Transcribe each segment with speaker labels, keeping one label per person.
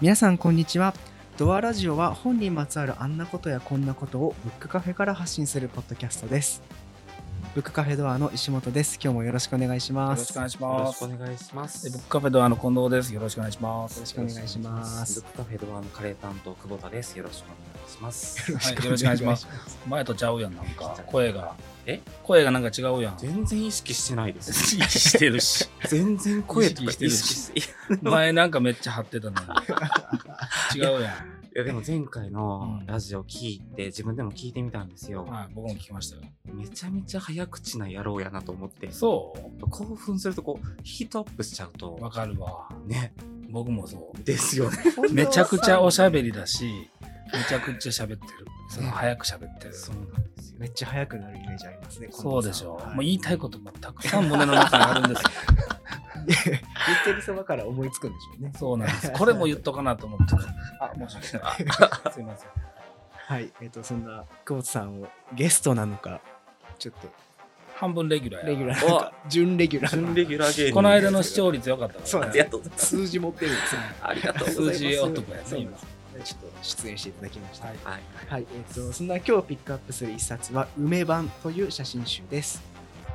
Speaker 1: 皆さんこんにちはドアラジオは本にまつわるあんなことやこんなことをブックカフェから発信するポッドキャストですブックカフェドアの石本です今日もよろしくお願いし
Speaker 2: よ
Speaker 1: ま
Speaker 2: ろしく
Speaker 1: す
Speaker 2: お願いし
Speaker 3: よろ
Speaker 2: ま
Speaker 3: しく
Speaker 2: す
Speaker 3: お。願いします。
Speaker 2: でブックカフェドアの近藤です。よろしくお願いします。
Speaker 1: よろしくお願いします
Speaker 3: ブックカフェドアのカレー担当、久保田です。よろしくお願いしま
Speaker 2: はい、
Speaker 3: す。
Speaker 2: よろしくお願いします。 前とちゃうやん、なんか。 声が。
Speaker 3: え
Speaker 2: 声がなんか違うやん。
Speaker 3: 全然意識してないです。
Speaker 2: してるし。
Speaker 3: 全然
Speaker 2: 声
Speaker 3: 声
Speaker 2: と
Speaker 3: と
Speaker 2: か
Speaker 3: か
Speaker 2: 意識
Speaker 3: 意
Speaker 2: し
Speaker 3: 識し て。
Speaker 2: 前なんかめっちゃ張 ってたのに。違うや
Speaker 3: いや、でも前回の
Speaker 2: うん
Speaker 3: ラジオ聞いて、自分でも聞いてみたんですよ
Speaker 2: ん。。はい、僕も聞きましたよ。
Speaker 3: めちゃめちゃ早口な野郎やなと思って。
Speaker 2: そ
Speaker 3: 興奮するとこう、ヒートアップしちゃう
Speaker 2: う。わ
Speaker 3: と、
Speaker 2: かるわ。
Speaker 3: ね、
Speaker 2: 僕もそ
Speaker 3: です よね。
Speaker 2: う。めちゃくちゃおしゃべりだし、めちゃくちゃ喋ってる。その早く喋ってる。
Speaker 3: そうなんですよ
Speaker 1: め。っちゃ早くなるイメージありますね
Speaker 2: そうでしょう。もう言いたいこともたくさ
Speaker 1: さ
Speaker 2: ん
Speaker 1: ん
Speaker 2: 胸の中にあるん ですよ。
Speaker 1: と言ってるそばから思いつくんでしょ うね
Speaker 2: そうなんです。これも言っとかなと思ってた。あ、申し訳ないあ。すいません。
Speaker 1: はいえっ、とそんな久保田さんをゲストなのかちょっと
Speaker 2: 半分レギュラーや。
Speaker 1: レギュラーなのか準レギュラーな
Speaker 3: 準
Speaker 1: の
Speaker 3: レ
Speaker 1: か
Speaker 3: ギュラー芸人
Speaker 2: この間の視聴率良かったから、ね。
Speaker 1: そう
Speaker 3: あ
Speaker 1: なん
Speaker 3: り
Speaker 1: で
Speaker 3: がとうございます。
Speaker 1: 数字持ってるんですよ
Speaker 3: ありがとうございま
Speaker 2: 数
Speaker 3: す。
Speaker 2: 字男やね、
Speaker 1: そう
Speaker 2: 今
Speaker 1: で。すちょっと出演していただきました。
Speaker 2: は
Speaker 1: はいい、
Speaker 3: はい。
Speaker 1: えっ、と、そんな今日ピックアップする一冊は、梅版という写真集です。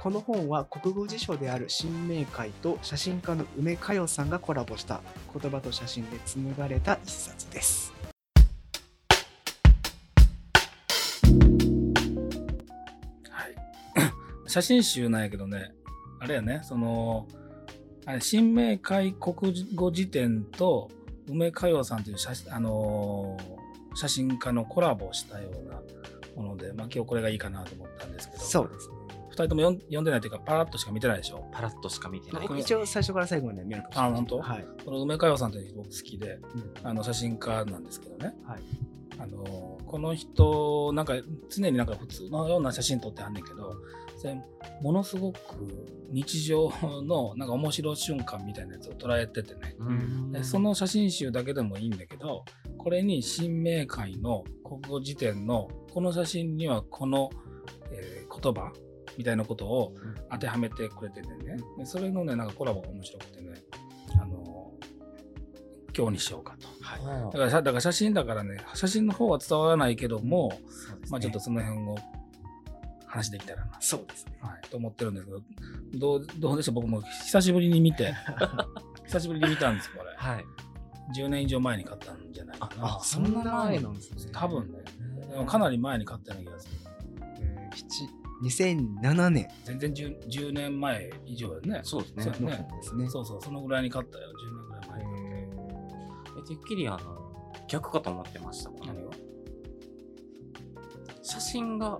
Speaker 1: この本は国語辞書である新明会と写真家の梅佳代さんがコラボした言葉と写真で紡がれた一冊です。
Speaker 2: はい、 写真集なんやけどね、あれやね、その、あれ新明解国語辞典と梅佳代さんという写,、あのー写真家のコラボしたようなもので、まあ、今日これがいいかなと思ったんですけど、
Speaker 1: そうですね。
Speaker 2: 2人とも読ん読んでないというか、パラッとしか見てないでしょ。
Speaker 3: パラッとしか見て
Speaker 1: ま
Speaker 3: な
Speaker 1: あ
Speaker 3: い。
Speaker 1: 一応最初から最後まで見るかもしれない。
Speaker 2: あ本当
Speaker 1: はい。
Speaker 2: この梅佳代さんという人僕好きで、
Speaker 1: うん
Speaker 2: あの写真家なんですけどね、
Speaker 1: はい
Speaker 2: あのこの人なんか常になんか普通のような写真撮ってはんねんけどそれものすごく日常のなんか面白い瞬間みたいなやつを捉えててね、
Speaker 3: うん
Speaker 2: でその写真集だけでもいいんだけどこれに新明会の国語辞典のこの写真にはこの、えー言葉みたいなことを当てはめてくれててね、でそれのねなんかコラボが面白くてねあの今日にしようかと。
Speaker 3: はい
Speaker 2: だからさだから写真だからね写真の方は伝わらないけども、
Speaker 3: そうですね
Speaker 2: まあ、ちょっとその辺を話できたらな、
Speaker 1: そうですね。
Speaker 2: はい、と思ってるんですけどどうどうでしょう僕も久しぶりに見 て久しぶりに見たんですこれ
Speaker 3: はい。
Speaker 2: 10年以上前に買ったんじゃないかな
Speaker 3: あ
Speaker 1: そんな前なんですね。
Speaker 2: 多分ねでもかなり前に買ったような気がする
Speaker 1: えー七2007年
Speaker 2: 全然 10, 10年前以上よね
Speaker 3: そうです
Speaker 2: そ
Speaker 3: ね
Speaker 2: う。
Speaker 1: の本ですね。
Speaker 2: そうそうそのぐらいに買ったよ10年ぐらい前に買っ
Speaker 3: えてっきりあの逆かと思ってました。
Speaker 2: たよ何を
Speaker 3: 写真が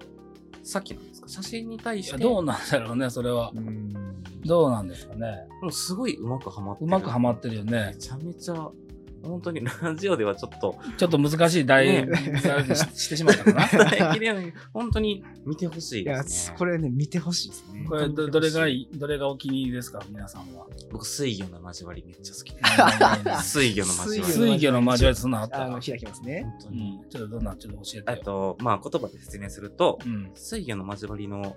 Speaker 3: 先なんですか写真に対
Speaker 2: い
Speaker 3: し
Speaker 2: や
Speaker 3: て
Speaker 2: どうなんだろうねそれは
Speaker 1: うん
Speaker 2: どうなんですかね
Speaker 3: もうすごいうまくはまって
Speaker 2: う
Speaker 3: る
Speaker 2: まくは
Speaker 3: ま
Speaker 2: まってるよね
Speaker 3: めちゃめちゃ本当にラジオではちょっと
Speaker 2: ちょっと難しい題
Speaker 3: ね。
Speaker 2: にししてしまったかな
Speaker 3: 伝えきれない本当に見てほしい
Speaker 1: いや、
Speaker 3: です、ね、
Speaker 1: これね、見てほしいですね。
Speaker 2: これどどれがいいどれがお気に入りですか皆さんは。
Speaker 3: 僕水魚の交わりめっちゃ好きで
Speaker 2: 水
Speaker 3: す水魚の交わり
Speaker 1: 水
Speaker 2: 魚の交わりそんなのあった
Speaker 1: あの開きますね。
Speaker 3: 本当
Speaker 2: う
Speaker 3: に、
Speaker 2: ん、ちょっとどんなちょっと教えて
Speaker 3: あ
Speaker 2: よ。
Speaker 3: とまあ言葉で説明すると
Speaker 2: うん、
Speaker 3: 水魚の交わりの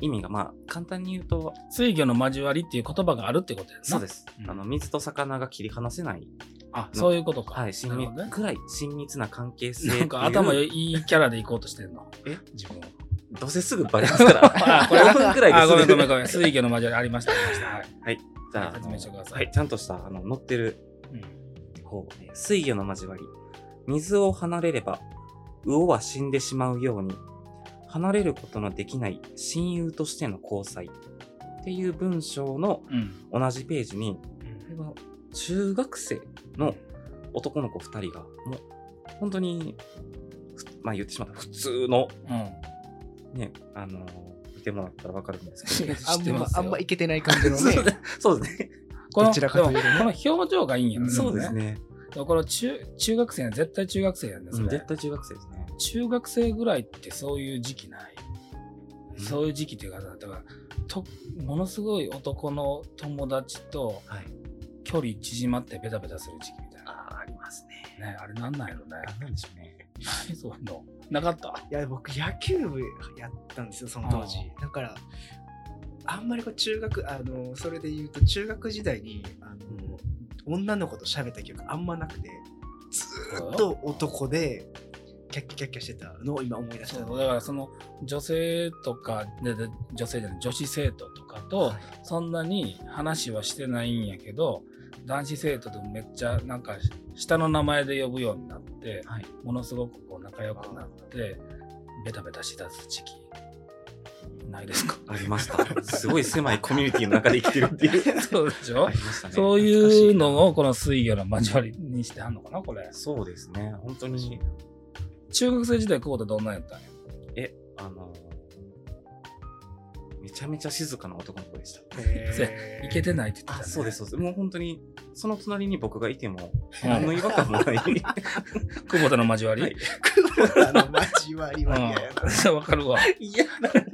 Speaker 3: 意味がまあ簡単に言うと
Speaker 2: 水魚の交わりっていう言葉があるってことやな。
Speaker 3: そうです、
Speaker 2: うん
Speaker 3: あの水と魚が切り離せない
Speaker 2: あ、そういうことか。
Speaker 3: はい、親
Speaker 2: な
Speaker 3: 密
Speaker 2: るほどね
Speaker 3: くらい親密な関係性ってい
Speaker 2: な
Speaker 3: うん
Speaker 2: か頭いいキャラで行こうとしてんの。
Speaker 3: え
Speaker 2: 自分を。
Speaker 3: どうせすぐバレますから
Speaker 2: あこれ
Speaker 3: 5分くらいです
Speaker 2: あ、ごめんごめんごめん。水魚の交わりありました、ありました。はい。
Speaker 3: じゃあ
Speaker 2: 説明してください
Speaker 3: はい、ちゃんとしたあの乗ってる
Speaker 2: うん
Speaker 3: 方ね水魚の交わり水を離れれば魚は死んでしまうように離れることのできない親友としての交際っていう文章の
Speaker 2: うん。
Speaker 3: 同じページに
Speaker 2: うん
Speaker 3: これは中学生の男の子2人がもう本当にふまあ言ってしまった普通の
Speaker 2: うん。
Speaker 3: ねあの見てもらったらわかるんですけど
Speaker 1: あんま、あんまいけてない感じの
Speaker 3: そう
Speaker 1: ね。
Speaker 3: ねそうですね。
Speaker 2: この
Speaker 1: どちらかというとね
Speaker 2: でもこの表情がいいんやろ
Speaker 3: そうです。ね。
Speaker 2: でもこの中中学生ね絶対中学生やんね。それ
Speaker 3: うん絶対中学生ですね。
Speaker 2: 中学生ぐらいってそういう時期ない、
Speaker 3: うん
Speaker 2: そういう時期っていうかだからとものすごい男の友達と
Speaker 3: はい。
Speaker 2: 距離縮まってベタベタする時期みたいな
Speaker 3: ああ、ありますね。
Speaker 2: ねあれなんなんやろね
Speaker 3: なんでしょうね。
Speaker 2: 何そういうのなかった
Speaker 1: いや、僕、野球部やったんですよ、その当時。だから、あんまりこう中学、あの、それで言うと、中学時代に、あの、女の子と喋った記憶あんまなくて、ずーっと男でキャッキャキャッキャしてたのを今思い出し
Speaker 2: そ
Speaker 1: た
Speaker 2: うだからその女性とかでで女性じゃない女子生徒とかとそんなに話はしてないんやけど男子生徒とめっちゃなんか下の名前で呼ぶようになって
Speaker 3: はい。
Speaker 2: ものすごくこう仲良くなってベタベタしだす時期ないですか
Speaker 3: ありました。すごい狭いコミュニティの中で生きてるってい う。
Speaker 2: そうでしょ、
Speaker 3: ありましたね。
Speaker 2: そうい
Speaker 3: 懐かしいう
Speaker 2: のをこの水魚の交わりにしてはんのかなこれ
Speaker 3: そうですね。本当に、
Speaker 2: 中学生時代こうでどんなんやったんや
Speaker 3: え、あの、めちゃめちゃ静かな男の子でした。
Speaker 2: いけて
Speaker 1: い
Speaker 2: ないって言ってた、ね、
Speaker 3: あ、そうです、そうです。もう本当に、その隣に僕がいても、
Speaker 2: うん
Speaker 3: 何の違和感もない。
Speaker 2: 久保田の交わり、
Speaker 3: はい
Speaker 1: あの交わりは嫌やな
Speaker 2: うん、 わかるわ。
Speaker 3: 嫌な、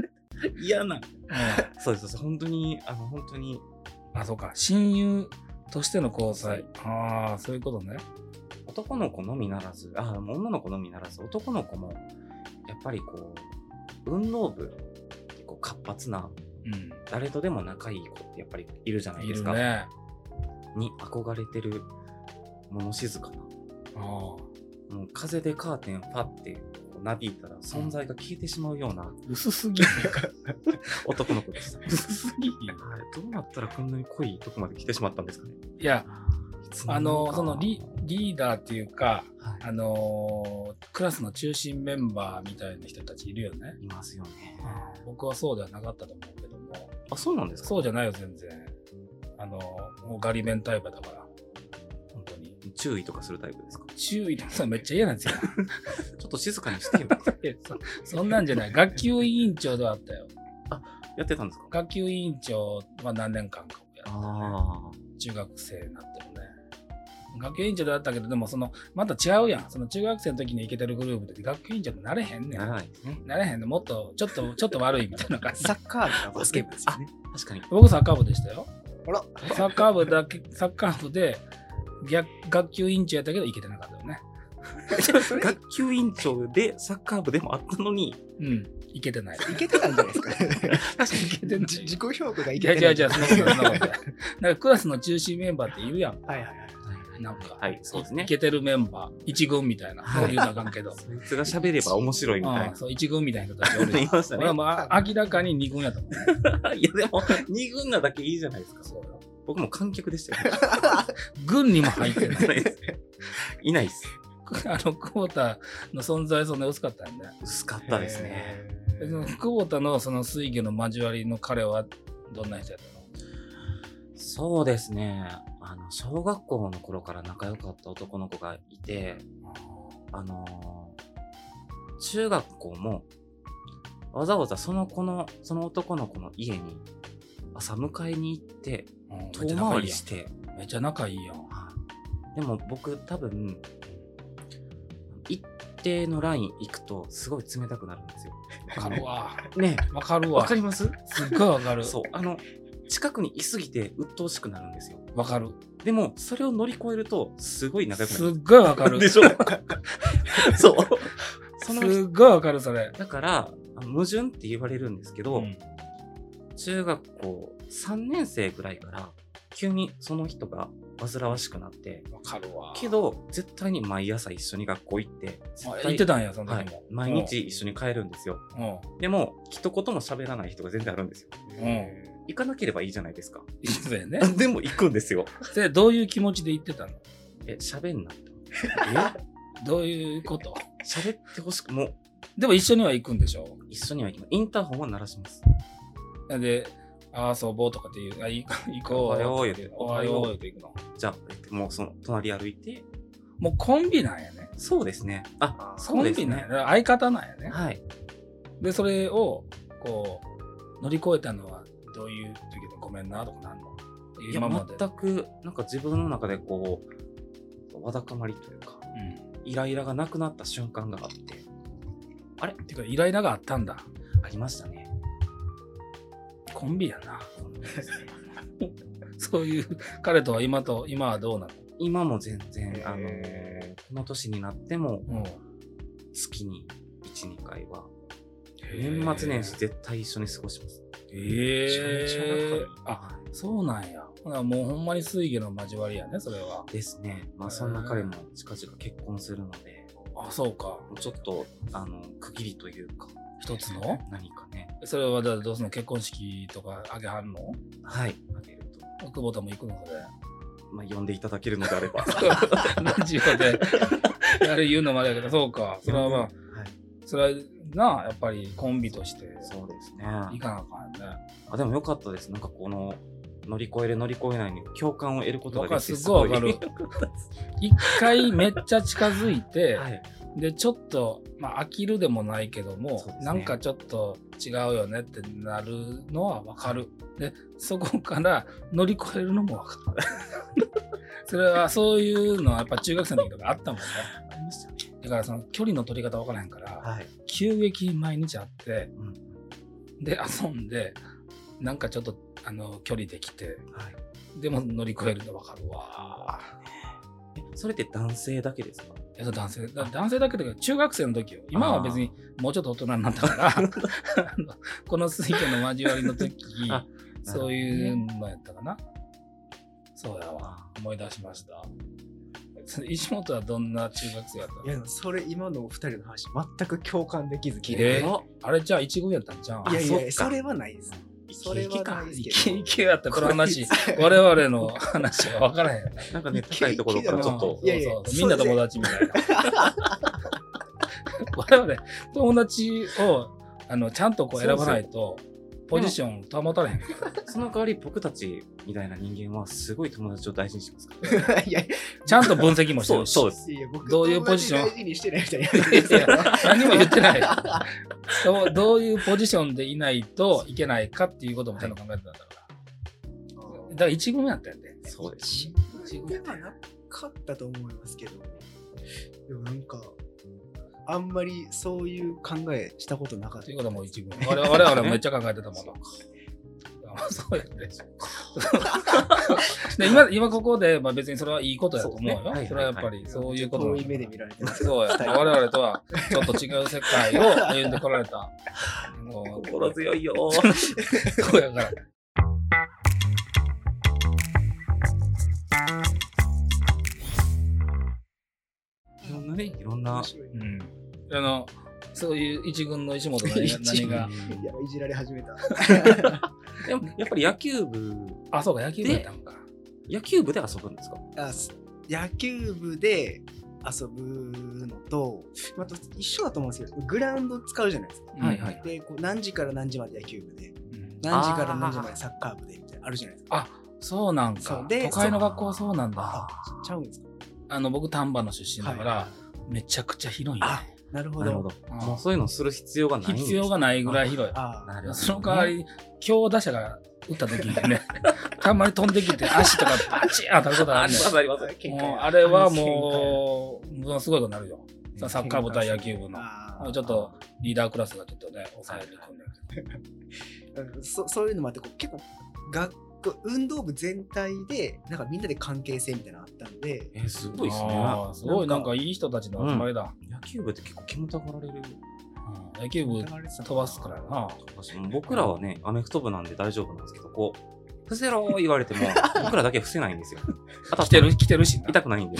Speaker 3: 嫌な。
Speaker 2: う
Speaker 3: そうです、そうです本当に、あの、本当に、
Speaker 2: ん、あ、そうか。親友としての交際。ああ、そういうことね。
Speaker 3: 男の子のみならず、あ、もう女の子のみならず、男の子も、やっぱりこう、運動部、結構活発な、
Speaker 2: う。
Speaker 3: 誰とでも仲いい子ってやっぱりいるじゃなんい
Speaker 2: い
Speaker 3: です
Speaker 2: る
Speaker 3: か。
Speaker 2: ね。
Speaker 3: に憧れてる、物静かな。
Speaker 2: ああ。
Speaker 3: もう風でカーテンファってこうなびいたら存在が消えてしまうような
Speaker 2: 薄す ぎる。
Speaker 3: 男の子 でした。
Speaker 2: 薄すぎる。
Speaker 3: あれどうなったらこんなに濃いとこまで来てしまったんですかね
Speaker 2: いや、
Speaker 3: いつ
Speaker 2: あ
Speaker 3: 間に
Speaker 2: の、
Speaker 3: か
Speaker 2: そのリリーダーっていうか、
Speaker 3: は
Speaker 2: あのークラスの中心メンバーみたいな人たちいるよね。
Speaker 3: い、いますよね。
Speaker 2: 僕はそうではなかったと思うけども、
Speaker 3: あ、そうなんですか
Speaker 2: そうじゃないよ、全然。あのーもうガリンタイプだから。本当に。
Speaker 3: 注意とかするタイプですか
Speaker 2: 注意とかめっちゃ嫌なんですよ。
Speaker 3: ちょっと静かにして よ。
Speaker 2: いやそそんなんじゃない。学級委員長ではあったよ。
Speaker 3: やってたんですか
Speaker 2: 学級委員長は何年間かもやった、ね。
Speaker 3: あ
Speaker 2: 中学生になってもね。学級委員長であったけど、でもその、また違うやん。その中学生の時に行けてるグループで学級委員長ってなれへん
Speaker 3: あ、
Speaker 2: ね。
Speaker 3: なんらないですね。
Speaker 2: なれへんの。もっと、ちょっと、ちょっと悪いみたいな感じ
Speaker 1: サ。ッカー部かバスケ部ですよね
Speaker 3: 確かに。
Speaker 2: 僕サッカー部でしたよ。
Speaker 1: あら
Speaker 2: サッカー部だけ、サッカー部で、逆学級委員長やったけど行けてなかったよね。
Speaker 3: 学級委員長でサッカー部でもあったのに、
Speaker 2: うん。行けてない。
Speaker 1: いけてたんじゃない ですかね
Speaker 3: 確かに
Speaker 2: けてない
Speaker 1: じ自己評価がい
Speaker 2: い
Speaker 1: け
Speaker 2: や
Speaker 1: て
Speaker 2: い
Speaker 1: な
Speaker 2: や
Speaker 1: い
Speaker 2: いや、そんなことない そんなことない。なんかクラスの中心メンバーっているやん。
Speaker 1: はいはいはい
Speaker 2: なんか、
Speaker 3: はい、そうです
Speaker 2: い
Speaker 3: ね。
Speaker 2: けてるメンバー、一軍みたいな、
Speaker 3: はい
Speaker 2: そういうのあかんけど、
Speaker 3: そいつが喋れば面白いみたい
Speaker 2: あ
Speaker 3: な
Speaker 2: あ。 そう一軍みたいな人たちおるやん
Speaker 3: いましたね
Speaker 2: 俺は。もうあ明らかに二軍やと思う。
Speaker 3: いやでも、二軍なだけいいじゃないですか。
Speaker 2: そうよ
Speaker 3: 僕も観客でしたよ。
Speaker 2: 軍にも入ってない。
Speaker 3: いないです。
Speaker 2: あの、久保田の存在そんな薄かったんで。
Speaker 3: 薄かったですね。
Speaker 2: でその久保田のその水魚の交わりの彼はどんな人やったの
Speaker 3: そうですね。あの、小学校の頃から仲良かった男の子がいて、あのー中学校も、わざわざその子の、その男の子の家に、朝迎えに行って、
Speaker 2: うんめっち
Speaker 3: 遠
Speaker 2: ゃ仲
Speaker 3: 回
Speaker 2: いい
Speaker 3: り
Speaker 2: や
Speaker 3: し
Speaker 2: ん
Speaker 3: て、
Speaker 2: めっちゃ仲いいや ん。
Speaker 3: はいでも僕多分、一定のライン行くと、すごい冷たくなるんですよ。
Speaker 2: わかるわ。
Speaker 3: ね
Speaker 2: わかる
Speaker 3: え、わ
Speaker 2: わ
Speaker 3: か。ります
Speaker 2: すっごいわかる。
Speaker 3: そう、あの、近くにいすぎて鬱陶しくなるんですよ。
Speaker 2: わかる。
Speaker 3: でも、それを乗り越えると、すごい仲良くな
Speaker 2: すっ
Speaker 3: る。
Speaker 2: ごいわかる。
Speaker 3: でし
Speaker 2: す
Speaker 3: ょそう。 その人
Speaker 2: っごいわかる、それ。
Speaker 3: だから、あの矛盾って言われるんですけど、
Speaker 2: うん
Speaker 3: 中学校3年生ぐらいから、急にその人が煩わしくなって、
Speaker 2: わかるわ。
Speaker 3: けど、絶対に毎朝一緒に学校行って、
Speaker 2: あ
Speaker 3: 絶
Speaker 2: 行っ
Speaker 3: 対
Speaker 2: てたんや、その
Speaker 3: は
Speaker 2: 時
Speaker 3: い
Speaker 2: も。、
Speaker 3: 毎日一緒に帰るんですよ。
Speaker 2: うん。うん。
Speaker 3: でも、一言も喋らない人が全然あるんですよ。
Speaker 2: うん
Speaker 3: 行かなければいいじゃないですか。
Speaker 2: そうやね。
Speaker 3: でも行くんですよ。
Speaker 2: それどういう気持ちで言ってたの
Speaker 3: え、喋んないと。
Speaker 2: どういうこと
Speaker 3: 喋ってほしく、もう
Speaker 2: でも一緒には行くんでしょ
Speaker 3: 一緒には行きます。インターホンは鳴らします。
Speaker 2: なんで、遊ぼうとかっていう、あ、い行こう。
Speaker 3: おはよう言う
Speaker 2: って
Speaker 3: て。
Speaker 2: おはよう言って行くの。
Speaker 3: じゃあ、もうその隣歩いて、
Speaker 2: もうコンビなんやね。
Speaker 3: そうですね。あ、そ
Speaker 2: コ
Speaker 3: う
Speaker 2: ン
Speaker 3: です
Speaker 2: ビなんや
Speaker 3: ね
Speaker 2: ね。。相方なんやね。
Speaker 3: はい。
Speaker 2: で、それを、こう、乗り越えたのは、どういう時でごめんなとかなんの
Speaker 3: いや、
Speaker 2: 今まで。
Speaker 3: 全く、なんか自分の中でこう、わだかまりというか、
Speaker 2: う
Speaker 3: イライラがなくなった瞬間があって、
Speaker 2: ん。てか、イライラがあったんだ。
Speaker 3: ありまし たね。
Speaker 2: コンビやな。
Speaker 3: こんなですね
Speaker 2: そういう、彼とは今と、今はどうな
Speaker 3: 今も全然
Speaker 1: へ、ー
Speaker 3: あのーこの年になっても、
Speaker 2: の
Speaker 3: 月に1、2回は、
Speaker 2: うん
Speaker 3: 年末年始絶対一緒に過ごします。
Speaker 2: ええ
Speaker 3: めちゃめちゃ仲いい
Speaker 2: あ、そうなんや。ほなもうほんまに水魚の交わりやね、それは。
Speaker 3: ですね。まあそんな彼も近々結婚するので、
Speaker 2: あ、そうか。
Speaker 3: ちょっと、あの、区切りというか、
Speaker 2: 一つの
Speaker 3: 何かね、
Speaker 2: それはだからどうすんの結婚式とかあげはんの
Speaker 3: はい、あげると。
Speaker 2: 奥保田も行くの それ。
Speaker 3: まあ呼んでいただけるのであれば。
Speaker 2: ラジオで、あれ言うのもあれやけど、そうか。それ はまあ
Speaker 3: はい、、
Speaker 2: それはな、やっぱりコンビとして
Speaker 3: そうですね。
Speaker 2: 行かなあかんよね。
Speaker 3: あでもよかったです。なんかこの、乗り越える乗り越えないに共感を得ることができて
Speaker 2: 僕はすごいわかる
Speaker 3: よかったです
Speaker 2: 一回めっちゃ近づい て、
Speaker 3: はい。
Speaker 2: で、ちょっと、まあ飽きるでもないけども、
Speaker 3: そうですね
Speaker 2: なんかちょっと違うよねってなるのはわかる。で、そこから乗り越えるのもわか る。それはそういうのはやっぱ中学生の時とかあったもんね。
Speaker 3: ありましたね。
Speaker 2: だからその距離の取り方わからへんから、
Speaker 3: はい。
Speaker 2: 急激に毎日会って、
Speaker 3: うん。
Speaker 2: で、遊んで、なんかちょっと、あの、距離できて、
Speaker 3: はい。
Speaker 2: でも乗り越えるのわかるわ。
Speaker 3: えそれって男性だけですか
Speaker 2: いやそう男性、だ男性だけだけど、中学生の時よ。今は別にもうちょっと大人になった から、あのこの水魚の交わりの時
Speaker 3: あ、
Speaker 2: そういうのやったかな。そうやわ。
Speaker 3: あ
Speaker 2: 思い出しました。その石本はどんな中学生やった
Speaker 1: いや、それ今のお二人の話、全く共感できず聞い
Speaker 2: え
Speaker 1: て
Speaker 2: ー
Speaker 3: あ
Speaker 2: のあれじゃあ一軍やったんじゃん。
Speaker 1: いやいやいや、
Speaker 3: そっか
Speaker 1: それはないです。それはないです
Speaker 2: イ
Speaker 1: け
Speaker 2: ケ
Speaker 1: ど
Speaker 2: イケやった、こ の話。
Speaker 1: こ
Speaker 2: 我
Speaker 1: れ
Speaker 2: 々の話は分からへん。
Speaker 3: なんかね、高いところからちょっと
Speaker 2: うん
Speaker 1: いやいや
Speaker 2: そうそう
Speaker 1: そ
Speaker 2: みんな
Speaker 1: れで
Speaker 2: 友達みたいな。我々、友達をあのちゃんとこう選ばないと、ポジション保たれへんから。
Speaker 3: その代わり僕たちみたいな人間はすごい友達を大事にしますから。
Speaker 1: いやい
Speaker 2: ちゃんと分析もして
Speaker 3: そ
Speaker 2: る
Speaker 3: う
Speaker 2: し。
Speaker 3: そうです。
Speaker 1: や、僕、
Speaker 2: どういうポジション
Speaker 1: 友達大事にしてないみたいな。
Speaker 2: いや何も言ってない。そうどういうポジションでいないといけないかっていうこともちゃんと考えてたんだから。だから一軍やったんやで。
Speaker 3: そうです。
Speaker 1: 自分ではなかったと思いますけど、でもなんか、あんまりそういう考えしたことなかった
Speaker 2: という。ことも一軍。我々我々めっちゃ考えてたもの。あそうやって。で今今ここで、まあ、別にそれはいいことやと思うよ。そ
Speaker 3: そうですねは
Speaker 2: れは
Speaker 3: い
Speaker 2: やっぱりそういうこと
Speaker 1: 遠い目で見られてます。
Speaker 2: そうや。我々とはちょっと違う世界を歩んでこられた。もう
Speaker 3: 心強いよ。
Speaker 2: そうやから。
Speaker 3: いろんなね、いろんな
Speaker 1: 面。白い
Speaker 2: うん。あの、そういう一軍の石本何が
Speaker 1: 一
Speaker 2: 何
Speaker 1: 軍
Speaker 2: が。
Speaker 1: いや、いじられ始めた。
Speaker 3: でもやっぱり野球部、
Speaker 2: あ、そうか、野球部やったんか。
Speaker 3: 野球部で遊ぶんですか
Speaker 1: あす野球部で遊ぶのと、また一緒だと思うんですけど、グラウンド使うじゃないですか。
Speaker 3: はいはい
Speaker 1: で、こう何時から何時まで野球部で、
Speaker 2: うん
Speaker 1: 何時から何時までサッカー部でみたいな、あるじゃないですか。
Speaker 2: あ、そうなん
Speaker 1: そ
Speaker 2: か。
Speaker 1: うで
Speaker 2: 都会の学校はそうなんだ。
Speaker 1: あちゃうんですか
Speaker 2: あの、僕、丹波の出身だから、
Speaker 1: は
Speaker 2: めちゃくちゃ広いよ
Speaker 1: あ、なるほ
Speaker 3: なるほ
Speaker 1: ど
Speaker 3: ど。。もうそういうのする必要がないんです
Speaker 2: 必要がないぐらい広い。
Speaker 1: あ
Speaker 3: なるほどね
Speaker 2: その代わり、強打者が打った時にね、 たまに飛んできて足とかバチン当たることがあ
Speaker 3: あ
Speaker 2: る
Speaker 3: り
Speaker 2: ね
Speaker 3: ま
Speaker 2: ん
Speaker 3: すあります。
Speaker 1: 喧嘩や
Speaker 2: もうあれはもう、ものすごいことになるよ。さサッカー部対野球部の。
Speaker 1: あ
Speaker 2: もうちょっとリーダークラスがちょっとね、抑えてくんだ
Speaker 1: う
Speaker 2: けど。
Speaker 1: んそそういうのもあってこう結構学校運動部全体でなんかみんなで関係性みたいなのあったんで
Speaker 3: えー、すごいですね。
Speaker 2: あーすごい、なんかいい人たちの集まりだ。
Speaker 3: 野球部って結構煙たがられる。
Speaker 2: うん野球部飛ばすからな。
Speaker 3: 私も僕らはね、アメフト部なんで大丈夫なんですけど、こう、伏せろー言われ ても、僕らだけ伏せないんですよ。あ
Speaker 2: 来てる、来てるしな。
Speaker 3: 痛くない んで。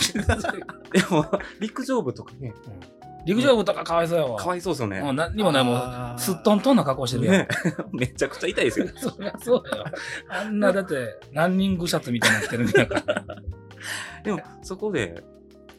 Speaker 3: でも、陸上部とかね、
Speaker 2: うん 陸上部とかかわいそうやわ。
Speaker 3: かわいそうですよね。
Speaker 2: もう何にもない、もう、
Speaker 1: あー
Speaker 2: すっとんとんな格好してるやん。
Speaker 3: ね めちゃくちゃ痛いですよ。
Speaker 2: そりゃそうだよ。あんな、だって、ランニングシャツみたいなの着てるんやから。
Speaker 3: でも、そこで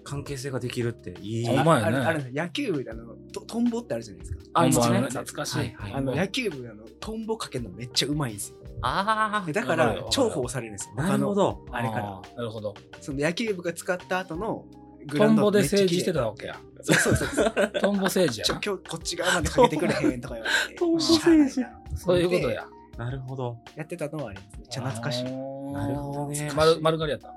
Speaker 3: 関係性ができるっていい。
Speaker 2: ほん
Speaker 3: は
Speaker 2: まや
Speaker 1: あ
Speaker 2: ね
Speaker 1: れあれ野球部であのトトンボってあるじゃないですか
Speaker 3: あ
Speaker 2: ほんま
Speaker 3: 一
Speaker 2: あ
Speaker 3: 年
Speaker 2: のね懐かし
Speaker 3: はい
Speaker 2: い。
Speaker 3: はい
Speaker 1: あの野球部あのトンボかけるのめっちゃうまいんですよ
Speaker 3: あ
Speaker 1: でだか
Speaker 2: わからるわかる
Speaker 1: 重宝されるんですよ
Speaker 3: あ、なるほど。
Speaker 1: あれから
Speaker 2: あー。なるほど。
Speaker 1: その野球部が使った後のグ
Speaker 2: トンボ
Speaker 1: ド
Speaker 2: で
Speaker 1: めっちゃ綺麗
Speaker 2: 政治してたわけや。
Speaker 1: そうそうそうそう
Speaker 2: トンボ政治
Speaker 1: ち
Speaker 2: や
Speaker 1: ょ
Speaker 2: な。
Speaker 1: 今日こっち側までかけてくれへんとか言われて
Speaker 3: トンボ
Speaker 1: しゃあないな
Speaker 3: 選
Speaker 2: そういうことや。
Speaker 3: なるほど。
Speaker 1: やってたのはあれですめっちゃ懐かしい
Speaker 2: あー
Speaker 3: なるほどね
Speaker 2: 丸丸刈りやった。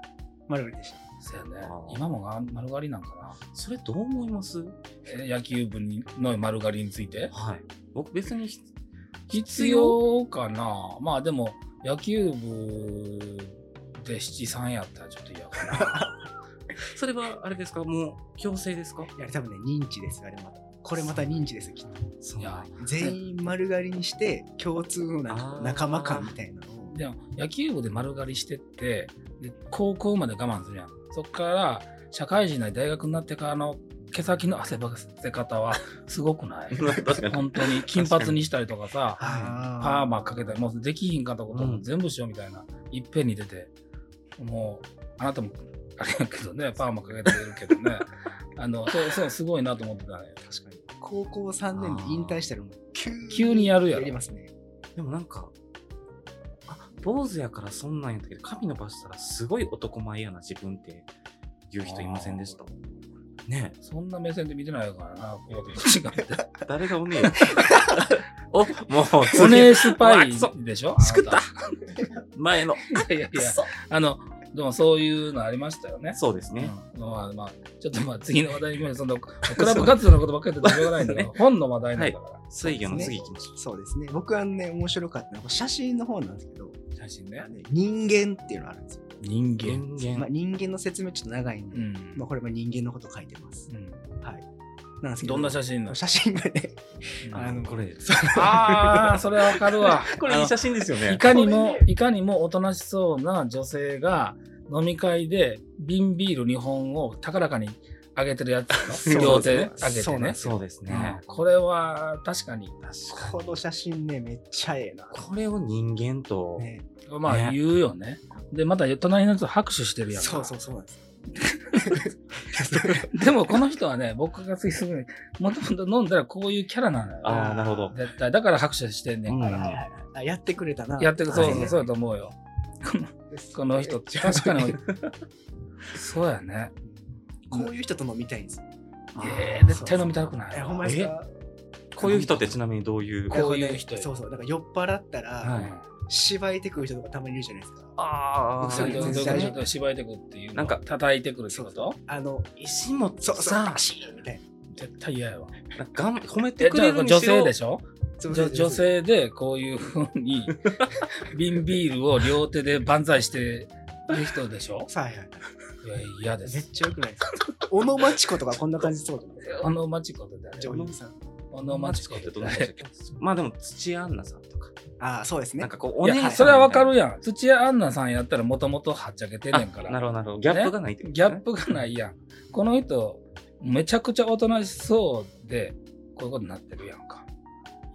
Speaker 1: 丸刈りでした
Speaker 2: そうやね
Speaker 3: あー。
Speaker 2: 今もが丸刈りなんかな。
Speaker 3: それどう思います
Speaker 2: え野球部にの丸刈りについて
Speaker 3: はい。僕別にひ、
Speaker 2: 必要かなまあでも野球部で七三やったらちょっと嫌かな
Speaker 3: それはあれですかもう強制ですか
Speaker 1: いや多分ね認知ですよあれまたこれまた認知ですよきっと
Speaker 3: そ う
Speaker 2: いや
Speaker 1: 全員丸刈りにして共通のなんか
Speaker 3: あー
Speaker 1: 仲間感みたいなのを
Speaker 2: でも野球部で丸刈りしてってで高校まで我慢するやんそっから社会人になり大学になってからの毛先の汗ばせ方はすごくない
Speaker 3: 確かに。
Speaker 2: 本当に金髪にしたりとかさパ
Speaker 1: あ
Speaker 2: ーマかけたりもうできひんかったことも全部しようみたいな、いっぺんに出てもうあなたもあれやけどねパーマかけて出るけどねあのそうそうすごいなと思ってたね
Speaker 1: ー確かに高校3年で引退したらもう
Speaker 2: 急にやるやろ
Speaker 1: やりますね
Speaker 3: でもなんか、あ、坊主やからそんなんやったけど、髪伸ばしたらすごい男前やな、自分って言う人いませんでした。ね
Speaker 2: そんな目線で見てないからなこう違って
Speaker 3: え、誰がおねえよお、もう次、
Speaker 2: お姉スパイ
Speaker 3: うわクソ
Speaker 2: でしょ
Speaker 3: しくった
Speaker 2: あ
Speaker 3: 前の。
Speaker 2: なたいやいやい
Speaker 3: く
Speaker 2: や
Speaker 3: そ
Speaker 2: あのでもそういうのありましたよね
Speaker 3: そうですね。
Speaker 2: うんまあまあちょっとまあ次の話題に行きましょうそのクラブ活動のことばっかり言ってしょうがないんだけど、本の話題なんだから、
Speaker 3: 水魚の次行きましょ
Speaker 1: そうですね僕はね面白かったのは写真の方なんですけど
Speaker 2: 写真ね
Speaker 1: 人間っていうのがあるんですよ、
Speaker 2: 人
Speaker 3: う。人
Speaker 1: まあ、
Speaker 3: 間。
Speaker 1: 人間の説明ちょっと長いんで、
Speaker 2: うん、
Speaker 1: まあ、これも人間のこと書いてます、
Speaker 2: う
Speaker 1: はいなんです
Speaker 2: ん、
Speaker 1: け
Speaker 2: ど
Speaker 1: ど
Speaker 2: んな写真なの
Speaker 1: 写真がね
Speaker 2: あ
Speaker 1: あ
Speaker 2: の
Speaker 1: の
Speaker 3: これ、
Speaker 2: あーそれはわかるわ
Speaker 3: これいい写真ですよ
Speaker 2: あのい
Speaker 3: ね。
Speaker 2: かにも
Speaker 1: これね
Speaker 2: いかにもおとなしそうな女性が飲み会で瓶ビール2本を高らかに上げてるやつ
Speaker 1: そう
Speaker 2: よ両手
Speaker 1: そう
Speaker 2: 上げ
Speaker 1: そ
Speaker 2: て
Speaker 1: うなん
Speaker 2: ね
Speaker 1: で
Speaker 3: そうですね
Speaker 2: うん。これは確かに
Speaker 3: 確
Speaker 1: こ
Speaker 3: かに。
Speaker 1: の写真ねめっちゃええな、
Speaker 3: これを人間と、
Speaker 1: ね、
Speaker 2: まあ
Speaker 3: ね
Speaker 2: 言うよねでまた隣のやつ拍手してるやんか
Speaker 1: そうそうそうなんです
Speaker 2: でもこの人はね、僕が推測に、もともと飲んだらこういうキャラなのよ。
Speaker 3: ああ、なるほど。
Speaker 2: 絶対。だから拍手してんねんか
Speaker 3: うん
Speaker 2: ら。
Speaker 1: あやってくれたな
Speaker 2: やってく、そうそう、
Speaker 1: はい
Speaker 2: そうやと思うよ。この人、確かに。 そうやね。
Speaker 1: こういう人と飲みたいんですよ
Speaker 3: あー
Speaker 2: ええ、絶対飲みたくない。
Speaker 1: えほんまですか
Speaker 3: こういう人ってちなみにどういう、
Speaker 2: こういう人よ
Speaker 1: そうそうだから酔っ払った
Speaker 2: え
Speaker 1: ら
Speaker 2: はい。
Speaker 1: しばいてくる人とかたまにいるじゃないですか
Speaker 3: あ
Speaker 1: ー
Speaker 2: それで
Speaker 1: 全然
Speaker 2: どう
Speaker 1: 大丈
Speaker 2: いう
Speaker 1: 夫
Speaker 2: こと芝居てくっていう。な
Speaker 3: なんん
Speaker 2: か
Speaker 3: か
Speaker 2: 叩いてくるってこ
Speaker 1: そ
Speaker 2: と
Speaker 1: あの
Speaker 3: 石本
Speaker 1: そうそう
Speaker 3: さ
Speaker 1: パシーンみたいな
Speaker 2: 絶対嫌やわ。
Speaker 3: ん、なんかがん褒め
Speaker 2: え
Speaker 3: てく
Speaker 2: じゃ
Speaker 3: れ
Speaker 2: あ
Speaker 3: るに
Speaker 2: 女
Speaker 3: しろ
Speaker 2: 性でしょ
Speaker 1: そう
Speaker 2: じ
Speaker 1: そ
Speaker 2: ょ
Speaker 1: うそう
Speaker 2: 女性でこういうふうに瓶ビールを両手で万歳してる人でしょ
Speaker 1: さあはいはい
Speaker 2: いや嫌で
Speaker 1: め
Speaker 2: す
Speaker 1: っ。ちゃ良くないですか小野真知子とかこんな感じそうだね
Speaker 2: 小野町子って誰
Speaker 1: 女優さん
Speaker 2: 小野町子って
Speaker 3: どんな
Speaker 2: 誰
Speaker 3: 人だっけ まあでも土屋アンナさんとか、
Speaker 1: ああそうですね
Speaker 3: なんかこう
Speaker 2: い
Speaker 3: お姉さ
Speaker 2: や、
Speaker 3: ん
Speaker 2: それはわかるやん。土屋アンナさんやったらもともとはっちゃけてんねんか。
Speaker 3: かららなるほどなるほどギャップがないってこと
Speaker 2: ギャップがないやん。この人、めちゃくちゃおとなしそうで、こういうことになってるやんか。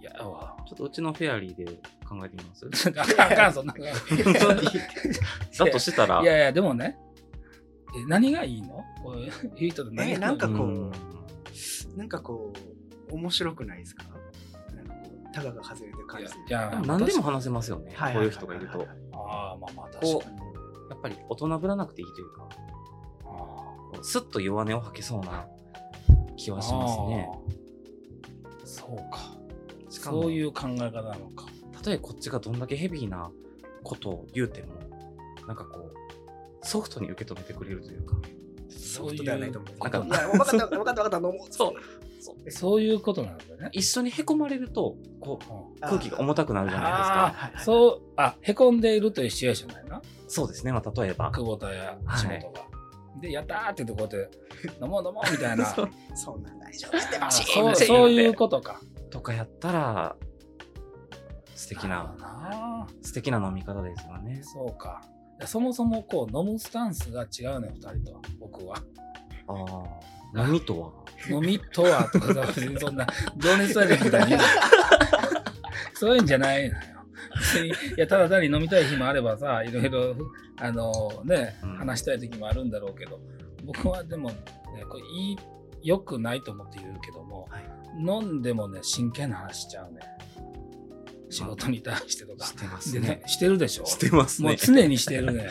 Speaker 2: いやわ。
Speaker 3: ちょっとうちのフェアリーで考えてみます
Speaker 2: あかんあかん、そんなあかん。
Speaker 3: だとしたら
Speaker 2: いやいや、でもね、え何がいいのこういう人で何がいい
Speaker 1: え
Speaker 2: の
Speaker 1: なんかこう
Speaker 3: うん
Speaker 1: なんかこう面白くないですかなんかこうタガが外れてる感じ
Speaker 2: いやい
Speaker 3: で
Speaker 2: や
Speaker 3: も何でも話せますよね、
Speaker 1: はい
Speaker 3: こ
Speaker 1: はいはい
Speaker 3: ういう
Speaker 1: はい
Speaker 3: 人がいるとや
Speaker 2: ああ、まあまあ、確
Speaker 3: こ
Speaker 2: かに。
Speaker 3: っぱり大人ぶらなくていいというかこうスッと弱音を吐けそうな気はしますね
Speaker 2: あーそうか。
Speaker 3: しかも
Speaker 2: そういう考え方なのか。
Speaker 3: たとえこっちがどんだけヘビーなことを言うてもなんかこうソフトに受け止めてくれるというか
Speaker 1: ソフトではないと思う
Speaker 3: なんか
Speaker 1: いや分かった分かった分かった飲もう
Speaker 3: そう
Speaker 2: そういうことなんだね。
Speaker 3: 一緒にへこまれるとこう
Speaker 1: あー
Speaker 3: 空気が重たくなるじゃないです
Speaker 2: あ
Speaker 3: か
Speaker 1: はい
Speaker 2: あ、
Speaker 1: はい
Speaker 2: そう、あ、へこんでいるというシチュエーションだよな。
Speaker 3: そうですね、まあ、例えば
Speaker 2: 久保田や仕事が。で、やったーってと こで、飲もう飲もうみたいな。
Speaker 3: そう
Speaker 1: そんなん大丈夫
Speaker 2: あー
Speaker 1: シ
Speaker 2: そ
Speaker 1: ーン
Speaker 2: う
Speaker 1: シーン
Speaker 2: そういうことか。
Speaker 3: とかやったら素敵
Speaker 2: る
Speaker 3: な
Speaker 2: ほどな
Speaker 3: 素敵な飲み方ですよね
Speaker 2: そうか。そもそもこう飲むスタンスが違うね、二人とは、僕は。
Speaker 3: ああ飲みとは
Speaker 2: 飲みとはとか、そんな、情熱大陸みたいに言うな。そういうんじゃないのよ。別にいやただ単に飲みたい日もあればさ、いろいろ、あのね
Speaker 3: うん、
Speaker 2: 話したい時もあるんだろうけど、僕はでも、ね、これいい、良くないと思って言うけども、
Speaker 3: はい
Speaker 2: 飲んでもね、真剣な話しちゃうね。仕事に対してとか
Speaker 3: し。てます
Speaker 2: でね
Speaker 3: ね、
Speaker 2: してるでしょ
Speaker 3: してますね
Speaker 2: もう常にしてるね。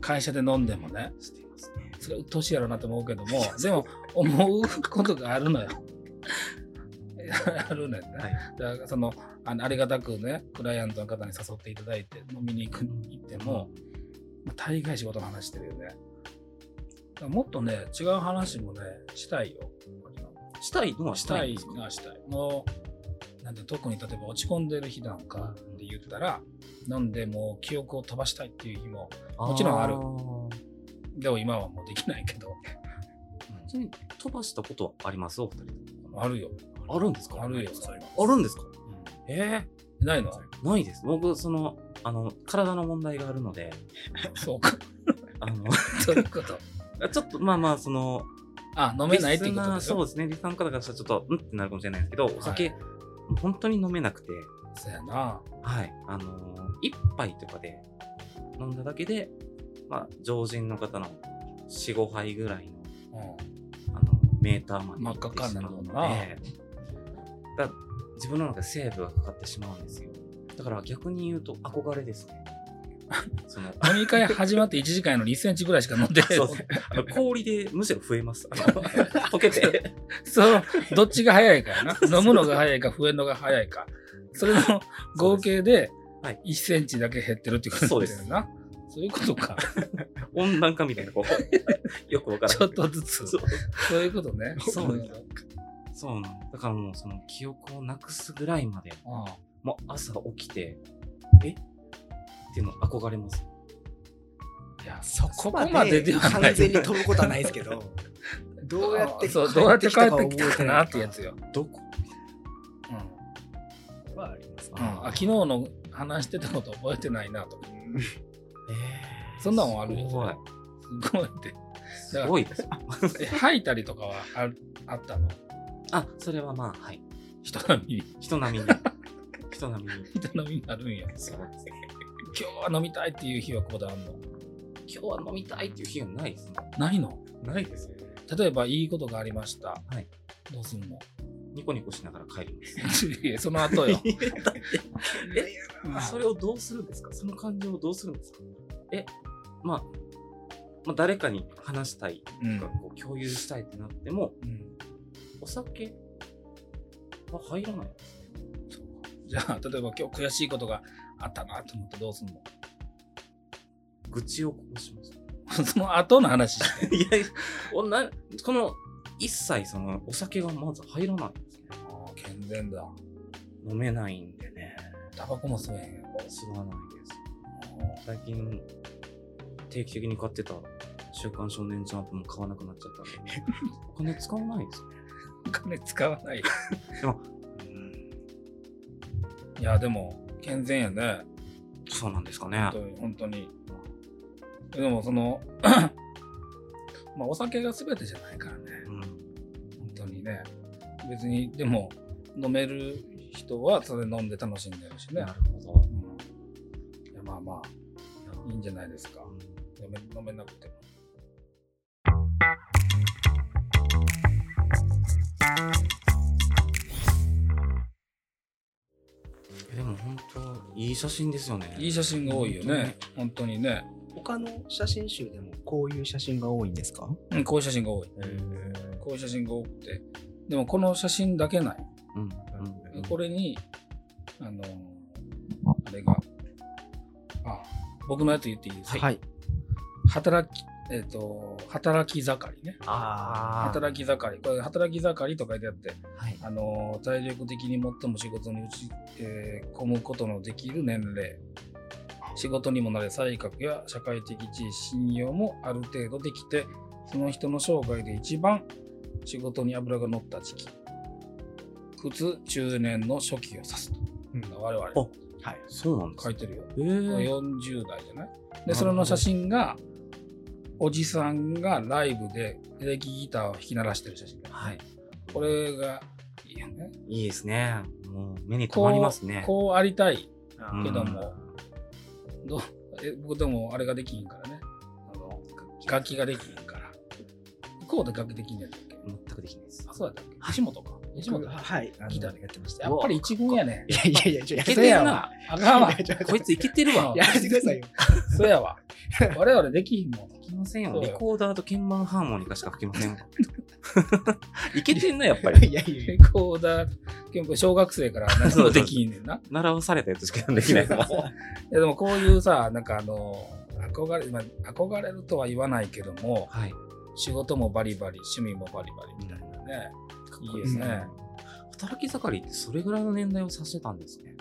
Speaker 2: 会社で飲んでもね。
Speaker 3: してますね
Speaker 2: それうっとうしいやろなと思うけども、でも思うことがあるのよ。 あるのよね。
Speaker 3: はい
Speaker 2: だからそのあのありがたくね、クライアントの方に誘っていただいて飲みに行く行っても、まあ、大概仕事の話してるよね。だからもっとね、違う話もね、したいよ。
Speaker 3: したいのはし
Speaker 2: したた
Speaker 3: いん
Speaker 2: い
Speaker 3: ですか
Speaker 2: な、したい。もう、なんて特に例えば落ち込んでる日なんかで言ったら、飲んでもう記憶を飛ばしたいっていう日も、もちろんある
Speaker 3: る
Speaker 2: でも今はもうできないけど、
Speaker 3: ちなみに飛ばしたことはありますお二人
Speaker 2: あるよ。
Speaker 3: あるんですか
Speaker 2: あるよ。
Speaker 3: あるんですか
Speaker 2: えー、ないの
Speaker 3: ないです僕そのあの、体の問題があるので、
Speaker 2: そうか。
Speaker 3: あ の、
Speaker 2: そういうこと。
Speaker 3: ちょっと、まあまあ、その、
Speaker 2: あ、飲めないっていうこと
Speaker 3: リ
Speaker 2: で
Speaker 3: ス
Speaker 2: し
Speaker 3: ナーそ
Speaker 2: ょ
Speaker 3: うですね、リスナーの方からしたらちょっと、うんってなるかもしれないですけど、お酒、
Speaker 2: はい
Speaker 3: 本当に飲めなくて、
Speaker 2: そうやな。
Speaker 3: はい、あのー、一杯とかで飲んだだけで、まあ、常人の方の4、5杯ぐらいの、
Speaker 2: う
Speaker 3: あの、メーターまで
Speaker 2: 真っ赤
Speaker 3: 行
Speaker 2: っ
Speaker 3: っ
Speaker 2: てか
Speaker 3: し
Speaker 2: んな
Speaker 3: ま
Speaker 2: る
Speaker 3: う
Speaker 2: も
Speaker 3: の
Speaker 2: ん
Speaker 3: で
Speaker 2: な、
Speaker 3: だから自分の中でセーブがかかってしまうんですよ。だから逆に言うと憧れです ね。その、
Speaker 2: ん。飲み会始まって1時間やのに1センチぐらいしか飲んでない。
Speaker 3: そうですね。あの氷でむしろ増えます。あの溶 けて。
Speaker 2: そう、どっちが早いかやな。飲むのが早いか、増えるのが早いか。それの合計で
Speaker 3: はい
Speaker 2: 1センチだけ減ってるっていうことだよな。そういうことか。
Speaker 3: 温暖化みたいな、こう、 よくわからない。
Speaker 2: ちょっとずつ。そ
Speaker 3: そ
Speaker 2: うういうことね。
Speaker 3: そう
Speaker 2: な
Speaker 3: そうなんだからもうその記憶をなくすぐらいまで、
Speaker 2: ああ
Speaker 3: もう朝起きて、えっていうの憧れます。
Speaker 2: いや、
Speaker 1: そこま
Speaker 2: そこま
Speaker 1: で
Speaker 2: でではない
Speaker 1: 完全に飛ぶことはないですけど、どうやって
Speaker 2: そうどうやって帰ってきたかな
Speaker 1: 覚え
Speaker 2: ってや
Speaker 1: ない
Speaker 2: つよ。
Speaker 3: どこ
Speaker 2: うん
Speaker 1: はあります
Speaker 2: うんあ昨
Speaker 1: 日
Speaker 2: 日の話してたこと覚えてないなとか。そんなもんあるよ
Speaker 3: すごい。
Speaker 2: すごいって。
Speaker 3: すごいです。
Speaker 2: え吐いたりとかはああったの
Speaker 3: あ、それはまあ、はい。
Speaker 2: 人並みに。
Speaker 3: 人並 みに。人並みに。
Speaker 2: 人並みになるんや。
Speaker 3: そうですね。
Speaker 2: 今日は飲みたいっていう日はここであんの
Speaker 3: 今日は飲みたいっていう日がないですね。
Speaker 2: ないの
Speaker 3: ないですね。
Speaker 2: 例えばいいことがありました。
Speaker 3: はい
Speaker 2: どうすんの
Speaker 3: ニコニコしながら帰ります。
Speaker 2: いやその後 よ。
Speaker 3: それをどうするんですかその感情をどうするんですかえ、まあ、まあ、誰かに話したい
Speaker 2: うん
Speaker 3: とか、こう共有したいってなっても、
Speaker 2: うん
Speaker 3: お酒は入らないですね。
Speaker 2: じゃあ、例えば今日悔しいことがあったなと思ってどうすんの
Speaker 3: 愚痴をこぼしました。
Speaker 2: その後の話して。
Speaker 3: いやいや、おなこの、一切その、お酒がまず入らないんですね。
Speaker 2: ああ、健全だ。
Speaker 3: 飲めないんでね、
Speaker 2: タバコも吸えへんやろ。
Speaker 3: 吸わないです。最近、定期的に買ってた、週刊少年ジャンプも買わなくなっちゃった んで、お金使わないですね。
Speaker 2: お金使わない。
Speaker 3: うん
Speaker 2: いや、でも、健全やね。
Speaker 3: そうなんですかね
Speaker 2: 本当。に、本当に。でも、その、 まあ、お酒が全てじゃないからね。
Speaker 3: うん
Speaker 2: 本当にね。別に、でも、飲める人は、それ飲んで楽しんでるしね。
Speaker 3: なるほど。
Speaker 2: うんいやまあまあ、いいんじゃないですか。飲め飲めなくても。
Speaker 3: えでも本当、いい写真ですよね。
Speaker 2: いい写真が多いよね。本当にね。
Speaker 1: 他の写真集でもこういう写真が多いんですか
Speaker 2: うん、こういう写真が多い。
Speaker 3: 本当に。うん
Speaker 2: こういう写真が多くて。でもこの写真だけない。
Speaker 3: うんうん
Speaker 2: これに、あのーあれが、あ、僕のやつ言っていいですか、
Speaker 1: はい。
Speaker 2: 働き、えっ、と、働き盛りね。
Speaker 3: あー
Speaker 2: 働き盛り。これ、働き盛りと書いてあって、
Speaker 3: はい。
Speaker 2: あのー体力的に最も仕事に打ち、えー込むことのできる年齢仕事にもなれ才覚や社会的地位信用もある程度できてその人の生涯で一番仕事に脂が乗った時期普通中年の初期を指すと、我々
Speaker 3: お
Speaker 1: はい。
Speaker 3: そうなんです
Speaker 2: 書いてるよ、
Speaker 3: えー、
Speaker 2: 40代じゃない
Speaker 3: ほど
Speaker 2: でそれの写真がおじさんがライブでエレキギターを弾き鳴らしてる写真だよね
Speaker 3: はい。
Speaker 2: これがいいよね
Speaker 3: いいですね。もう目に留まりますね。
Speaker 2: こうありたい
Speaker 3: うん
Speaker 2: けども、どうえ僕でもあれができひんからね。あの楽器ができひんから。こうで楽器できんねんだっけ
Speaker 3: 全くできないです。
Speaker 2: あ、そうやったっけ西本か。西本
Speaker 1: は
Speaker 2: か。
Speaker 1: はい。あの
Speaker 2: ギターで
Speaker 1: やってまし
Speaker 2: や
Speaker 1: い
Speaker 2: っぱり一軍やね。
Speaker 1: やいやいや、ちょや
Speaker 3: いけ
Speaker 1: め
Speaker 2: そ
Speaker 1: て
Speaker 2: う
Speaker 1: や
Speaker 2: やわ。あかんわ。
Speaker 3: こいついけてるわ。
Speaker 2: い
Speaker 1: やめてくださいよ。
Speaker 2: そうやわ。我々できひんもん。
Speaker 3: きません
Speaker 2: そ
Speaker 3: よ。
Speaker 2: うよ
Speaker 3: リコーダーと鍵盤ハーモニカしか吹きませ んわ。いけてんな、やっぱり。
Speaker 1: いやいや
Speaker 2: レ
Speaker 1: い
Speaker 2: コーダー、結構小学生から何もできひんねんな。
Speaker 3: 習わされたやつしかできないもん。
Speaker 2: いやでもこういうさ、なんかあの、憧れ、まあ、憧れるとは言わないけども、
Speaker 3: はい。
Speaker 2: 仕事もバリバリ、趣味もバリバリみたいなね。いいですね。
Speaker 3: 働き盛りってそれぐらいの年代を指してたんですね。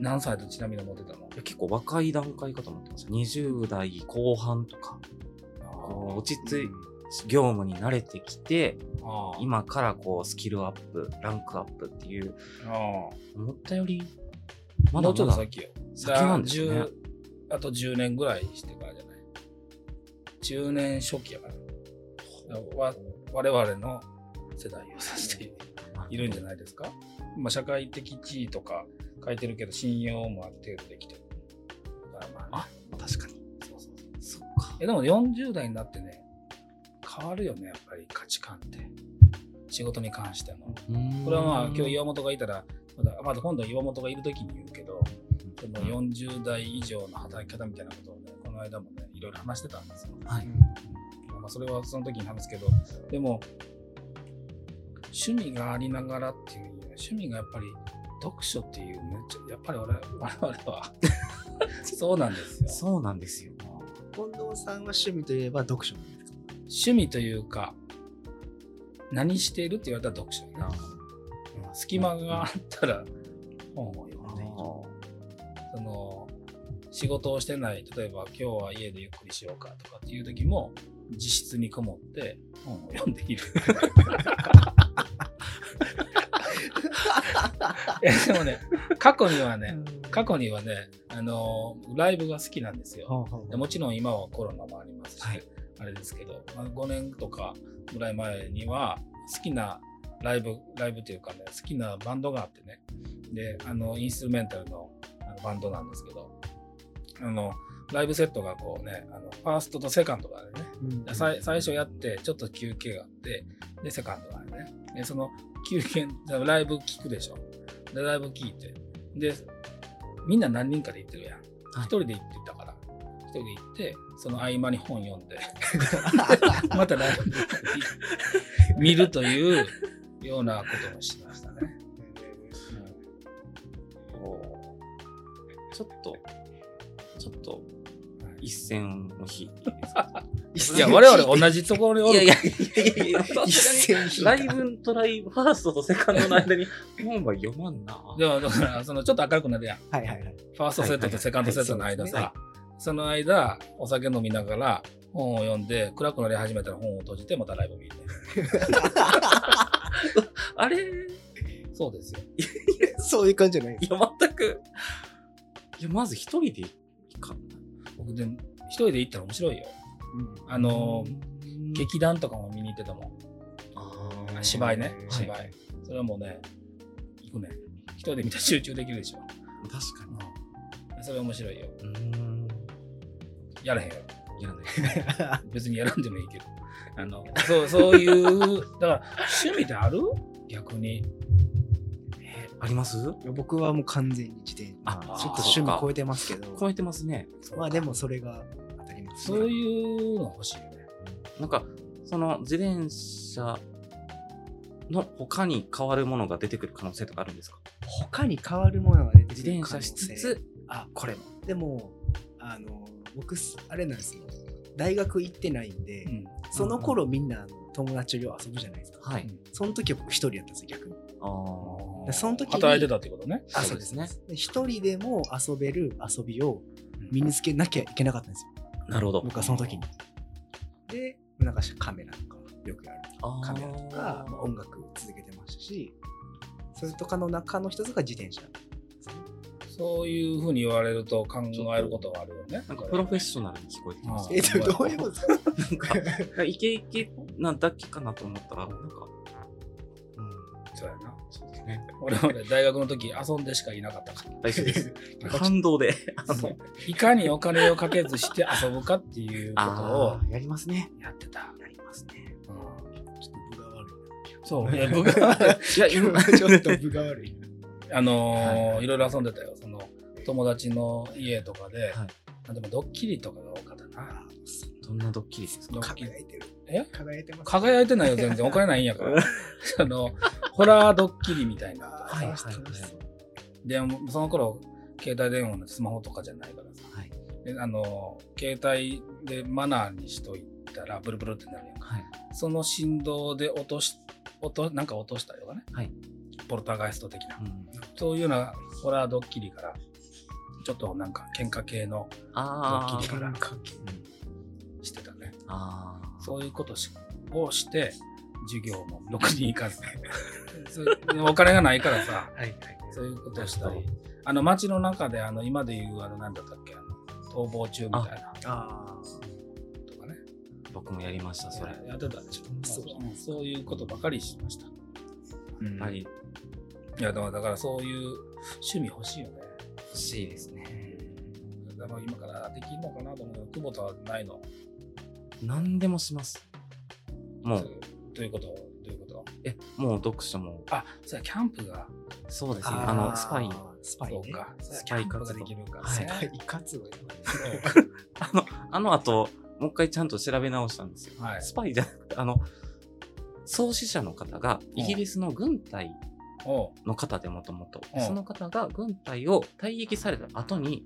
Speaker 2: 何歳とちなみに思ってたの
Speaker 3: いや結構若い段階かと思ってました。20代後半とか、こう落ち着い、業務に慣れてきて、
Speaker 2: ああ
Speaker 3: 今からこうスキルアップ、ランクアップっていう、
Speaker 2: ああ
Speaker 3: 思ったより、まだ
Speaker 2: もうちょ
Speaker 3: ま
Speaker 2: っと
Speaker 3: だ
Speaker 2: 先よ
Speaker 3: 先なんですね
Speaker 2: だから10あと10年ぐらいしてからじゃない。10年初期やから。だからわ我々の世代を指しているんじゃないですか。まあ、社会的地位とか書いてるけど、信用もある程度できてる。だからまあね
Speaker 3: 確かに。
Speaker 2: そうそうそう
Speaker 3: そっか。
Speaker 2: えでも40代になってね、変わるよね、やっぱり価値観って。仕事に関しても。これはまあ今日岩本がいたらまだまだ今度は岩本がいる時に言うけどその40代以上の働き方みたいなことをねこの間もねいろいろ話してたんですよ、
Speaker 3: はい。
Speaker 2: まあ、それはその時に話すけどでも趣味がありながらっていう趣味がやっぱり読書っていうめっちゃやっぱり俺我々はそうなんですよ
Speaker 3: そうなんですよ。
Speaker 1: 近藤さんは趣味といえば読書なんですか
Speaker 2: 趣味というか何しているって言われたら読書やなうん隙間があったら本を読
Speaker 3: あ
Speaker 2: んでいるその仕事をしてない例えば今日は家でゆっくりしようかとかっていう時も自室にこもって本を読んでいる。いやでもね過去にはね過去にはねあのライブが好きなんですよ。
Speaker 1: ほうほう
Speaker 2: でもちろん今はコロナもありますし、
Speaker 3: はい
Speaker 2: あれですけど、まあ、5年とかぐらい前には好きなライブライブというかね好きなバンドがあってねであのインストゥルメンタルのあのバンドなんですけどあのライブセットがこうねあのファーストとセカンドがあるね
Speaker 1: うん
Speaker 2: 最最初やってちょっと休憩があってでセカンドがあるねでその休憩ライブ聞くでしょでライブ聞いてでみんな何人かで行ってるやん一、
Speaker 3: い
Speaker 2: 人で行ってたから一人で行ってその合間に本読んで またライブ行ったり見るというようなこともしましたね、
Speaker 3: おーちょっと、ちょっと、
Speaker 2: うんはい
Speaker 3: 一線 の日。
Speaker 2: いや我々同じところにおる
Speaker 3: いやいやいや、
Speaker 1: 一線 引いた
Speaker 3: ライブとライブ、ファーストとセカンドの間 に本は読まんな。
Speaker 2: でもだからそのちょっと明るくなるやん
Speaker 1: はいはい はい
Speaker 2: ファーストセットとセカンドセットの間
Speaker 3: はいは
Speaker 2: さ、その間、お酒飲みながら本を読んで、暗くなり始めたら本を閉じて、またライブ見る。
Speaker 3: あれい
Speaker 2: そうですよ。
Speaker 1: そういう感じじゃないです
Speaker 3: や、全く。いや、まず一人でいいか。
Speaker 2: 僕でも、一人で行ったら面白いよ。あの、劇団とかも見に行ってたもん。芝居ね、芝居。
Speaker 3: はい
Speaker 2: それはもうね、行くね。一人で見たら集中できるでしょ。
Speaker 3: 確か
Speaker 2: それ面白いよ。
Speaker 3: に。うーん。
Speaker 2: やらへんよ。
Speaker 3: いやね。
Speaker 1: か
Speaker 2: 別にやらんでもいいけど。あの、そう、そういう、だから、趣味である逆に。
Speaker 3: えあります
Speaker 1: 僕はもう完全に自転
Speaker 3: あ
Speaker 1: まあちょっと趣味超えてますけ
Speaker 3: 超
Speaker 1: ど
Speaker 3: えてますね。
Speaker 1: まあでもそれが当たります
Speaker 2: そういうの欲しいよね。
Speaker 3: なんか、その自転車の他に変わるものが出てくる可能性とかあるんですか
Speaker 1: 他に変わるものが出て
Speaker 3: 自
Speaker 1: くる
Speaker 3: 転
Speaker 1: 可
Speaker 3: 車
Speaker 1: 能
Speaker 3: し
Speaker 1: 性
Speaker 3: つつ、
Speaker 1: あ
Speaker 3: これも。
Speaker 1: でもあの僕あれなんですよ大学行ってないんで、
Speaker 2: うん
Speaker 1: その頃みんなあの友達とよう遊ぶじゃないですか
Speaker 3: はい。
Speaker 1: その時は僕一人やったんですよ逆に
Speaker 3: あー
Speaker 1: でその時に
Speaker 2: 働いてたってことね。
Speaker 3: あそうですね
Speaker 1: で一人でも遊べる遊びを身につけなきゃいけなかったんですよ
Speaker 3: なるほど。
Speaker 1: 僕はその時にでなんかカメラとかよくやる
Speaker 3: あー
Speaker 1: カメラとか、まあ、音楽続けてましたしそれとかの中の一つが自転車
Speaker 2: そういうふうに言われると考えることがあるよね。
Speaker 3: なんかプロフェッショナルに聞こえてきまし
Speaker 2: あ
Speaker 3: た
Speaker 2: ー
Speaker 1: えっと
Speaker 2: ほんまや
Speaker 1: どういうことですか
Speaker 3: なんか、なんかイケイケなだけかなと思ったら、なんか、うん、
Speaker 2: そうやな。
Speaker 3: そうですね。
Speaker 2: 俺は大学の時遊んでしかいなかったから。
Speaker 3: 大丈夫です。
Speaker 2: か
Speaker 3: 感動で、 あ
Speaker 2: そ
Speaker 3: の
Speaker 2: う、いかにお金をかけずして遊ぶかっていうことを
Speaker 3: あーやりますね。
Speaker 2: やってた。
Speaker 3: やりますね。
Speaker 2: うん
Speaker 1: ちょっと分が悪い
Speaker 2: そう。いや僕は
Speaker 3: いや、
Speaker 1: 今
Speaker 3: 今、
Speaker 1: ちょっと分が悪い
Speaker 2: あの
Speaker 3: は
Speaker 2: ーいろいろ遊んでたよ。その友達の家とかで
Speaker 3: はい。
Speaker 2: あでもドッキリとかが多かったな。
Speaker 3: どんなドッキリですか
Speaker 2: ドッキリ
Speaker 1: 輝いてる
Speaker 2: え
Speaker 1: 輝いてます
Speaker 2: 輝いてないよ、全然。お金ないんや から。あの、ホラードッキリみたいな。
Speaker 1: はいはいはい
Speaker 2: でもその頃携帯電話のスマホとかじゃないからさ、
Speaker 3: はい
Speaker 2: であの携帯でマナーにしといたらブルブルってなるやんか
Speaker 3: はい。
Speaker 2: その振動で落とし落となんか落としたようなね、
Speaker 3: はい
Speaker 2: ポルターガイスト的な、
Speaker 3: うん
Speaker 2: そういうようなホラードッキリからちょっとなんか喧嘩系のド
Speaker 3: あ
Speaker 2: ッキリ
Speaker 3: ー
Speaker 2: から
Speaker 3: うん
Speaker 2: してたね
Speaker 3: あー。
Speaker 2: そういうことしを して授業もろくに行かずそうお金がないからさ
Speaker 1: はいはい
Speaker 2: そういうことをしたり、あの街の中であの今で言うあの何だったっけ、あの逃亡中みたいな
Speaker 1: あ
Speaker 2: とかね、
Speaker 3: 僕もやりました、それ。や
Speaker 2: やってたでしょ、
Speaker 1: そう
Speaker 2: まあうんそういうことばかりしました。うん
Speaker 3: っぱり
Speaker 2: いやだからだからそういう趣味欲しいよね。
Speaker 3: 欲しいですね。
Speaker 2: だから今からできるのかなと思うけど、久保田はないの。
Speaker 3: 何でもします。もう、
Speaker 2: どういうことどういうこと
Speaker 3: え、もう読書も、
Speaker 2: あ、そうやキャンプが、
Speaker 3: そうですね。
Speaker 1: あ
Speaker 3: あの、スパイ、
Speaker 1: スパイ、
Speaker 2: そう
Speaker 1: ね、
Speaker 2: か、そうや
Speaker 3: ス
Speaker 2: キ
Speaker 3: パ
Speaker 2: ャ
Speaker 3: イ
Speaker 2: ンプが
Speaker 3: 活
Speaker 2: で
Speaker 3: 動
Speaker 2: きるから、ね。
Speaker 1: スパイ 活動や
Speaker 3: あの、あの後、もう一回ちゃんと調べ直したんですよ。
Speaker 2: はい
Speaker 3: スパイじゃなくて、あの、創始者の方が、
Speaker 2: うん
Speaker 3: イギリスの軍隊
Speaker 2: おう
Speaker 3: の方でもともと、
Speaker 2: うん
Speaker 3: その方が軍隊を退役された後に、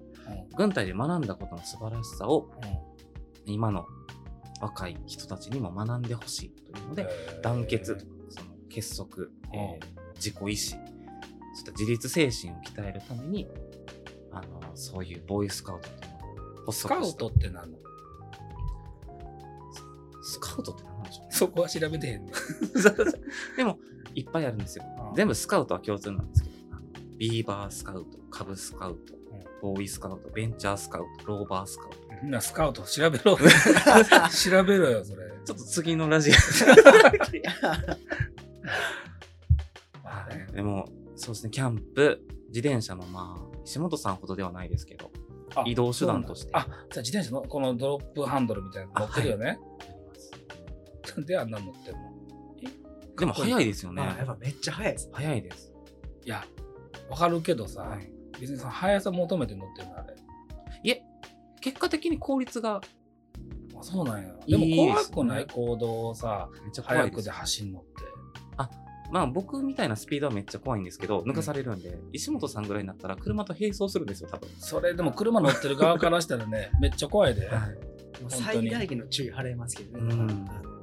Speaker 3: 軍隊で学んだことの素晴らしさを、今の若い人たちにも学んでほしいというので、団結、その結束、えー自己意志、そういった自立精神を鍛えるために、あの、そういうボーイスカウトというのを
Speaker 2: ス
Speaker 3: 発
Speaker 2: カ
Speaker 3: 足
Speaker 2: ウ
Speaker 3: した
Speaker 2: トって何の
Speaker 3: スカウトって何なんでしょうね。
Speaker 2: そこは調べてへんねん。
Speaker 3: でも、いっぱいあるんですよ。全部スカウトは共通なんですけど、あのビーバースカウト、カブスカウト、ボーイスカウト、ベンチャースカウト、ローバースカウト。
Speaker 2: みんなスカウト調 べろ。調べろよ、それ。
Speaker 3: ちょっと次のラジ
Speaker 2: まあね
Speaker 3: オ。でも、そうですね、キャンプ、自転車もまあ、石本さんほどではないですけど、
Speaker 2: あ
Speaker 3: 移動手段として
Speaker 2: あ、じゃあ自転車のこのドロップハンドルみたいなの乗ってるよね。
Speaker 3: あります
Speaker 2: なん であんなの乗ってるの
Speaker 3: でも早いですよ
Speaker 1: まあ、やっ
Speaker 3: ね。
Speaker 1: ぱめっちゃ早いです。
Speaker 3: 早いです。
Speaker 2: いや、わかるけどさ、
Speaker 3: はい
Speaker 2: 別にその速さ求めて乗ってるのあれ。
Speaker 3: いえ、結果的に効率が
Speaker 2: あそうなんや。で
Speaker 3: いい
Speaker 2: も
Speaker 3: ですね
Speaker 2: 怖くない行動をさ、
Speaker 3: めっちゃ怖
Speaker 2: 速
Speaker 3: いで
Speaker 2: く
Speaker 3: す
Speaker 2: で。走るのって。
Speaker 3: まあ僕みたいなスピードはめっちゃ怖いんですけど、抜かされるんで、石本さんぐらいになったら車と並走するんですよ、多分。
Speaker 2: それでも車乗ってる側からしたら ね、めっちゃ怖い
Speaker 1: も
Speaker 2: で。
Speaker 1: う
Speaker 2: 本当に
Speaker 1: 最大限の注意払いますけどね。
Speaker 3: うん
Speaker 1: だからあの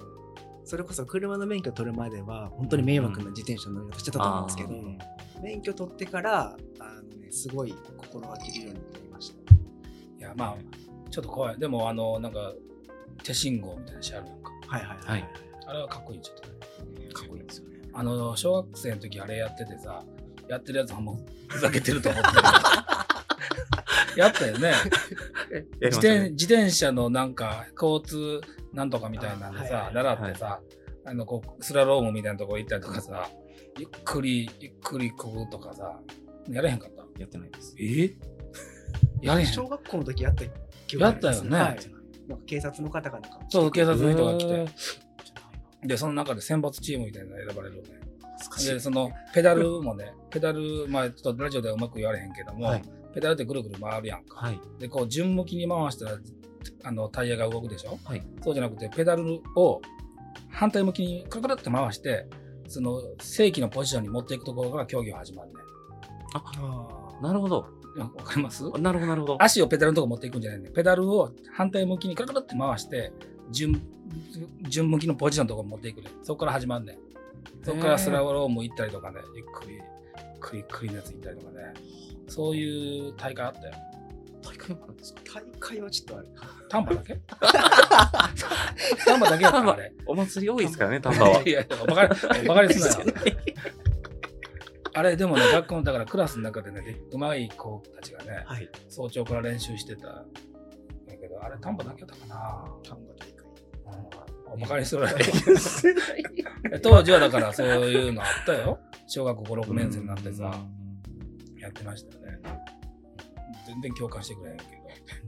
Speaker 1: それこそ車の免許取るまでは本当に迷惑な自転車の乗り方してたと思うんですけど、免許取ってからあの、ね、すごい心がけるようになりました。
Speaker 2: いや、まあ、ちょっと怖い。でも、あの、なんか、手信号みたいな車あるやんか。
Speaker 1: はいはい
Speaker 3: はい
Speaker 2: あれはかっこいい、ちょっとね。
Speaker 3: かっこいいですよね。
Speaker 2: あの、小学生の時あれやっててさ、やってるやつはもうふざけてると 思ってる。やったよね
Speaker 3: やり
Speaker 2: 自
Speaker 3: ました
Speaker 2: 転。
Speaker 3: ね
Speaker 2: 自転車のなんか、交通なんとかみたいなんで
Speaker 1: あ
Speaker 2: さ
Speaker 1: は、い
Speaker 2: 習ってさ、あの、こう、スラロームみたいなとこ行ったりとかさ、ゆっくり、ゆっくりこぐとかさ、やれへんかった。
Speaker 3: やってないです。
Speaker 2: えやれへん。
Speaker 1: 小学校の時やった記憶あります
Speaker 2: やったよね
Speaker 1: はいなんか警察の方がなんか
Speaker 2: そう、警察の人が来
Speaker 3: うーん
Speaker 2: て。で、その中で選抜チームみたいなの選ばれるよね。
Speaker 3: 懐かしい
Speaker 2: で、その、ペダルもね、ペダル、まあ、ちょっとラジオではうまく言われへんけども、
Speaker 3: はい。
Speaker 2: ペダルってぐるぐる回るやんか。
Speaker 3: はい。
Speaker 2: で、こう、順向きに回したら、あの、タイヤが動くでしょ
Speaker 3: はい。
Speaker 2: そうじゃなくて、ペダルを反対向きにくるくるって回して、その、正規のポジションに持っていくところから競技が始まるね。
Speaker 3: なるほど。
Speaker 2: いやわかります
Speaker 3: なるほど、なるほど。
Speaker 2: 足をペダルのとこ持っていくんじゃないね。ペダルを反対向きにくるくるって回して、順、順向きのポジションのとこ持っていくね。そこから始まるね。そこからスラローム行ったりとかね、ゆっくり、ゆっくりゆっくりのやつ行ったりとかね。そういう大会あったよ。
Speaker 3: 大会もあるんですか
Speaker 1: 大会はちょっとあれ
Speaker 2: 丹波だけ丹波だけやったのあれ。
Speaker 3: お祭り多いですからね、
Speaker 1: 丹
Speaker 3: 丹
Speaker 1: 波
Speaker 3: 波
Speaker 1: はい
Speaker 3: は。
Speaker 2: いやいや、バカに、バカにすんなよ。あれ、でもね、学校の、だからクラスの中でね、でうまい子たちがね、
Speaker 1: はい
Speaker 2: 早朝から練習してたんだけど、あれ、丹波だけやったかな。
Speaker 1: 単語大会
Speaker 2: うん、バカにするなよ 当時はだからそういうのあったよ。小学5、6年生になってさ、やってましたよね。全然共感してくれへんけ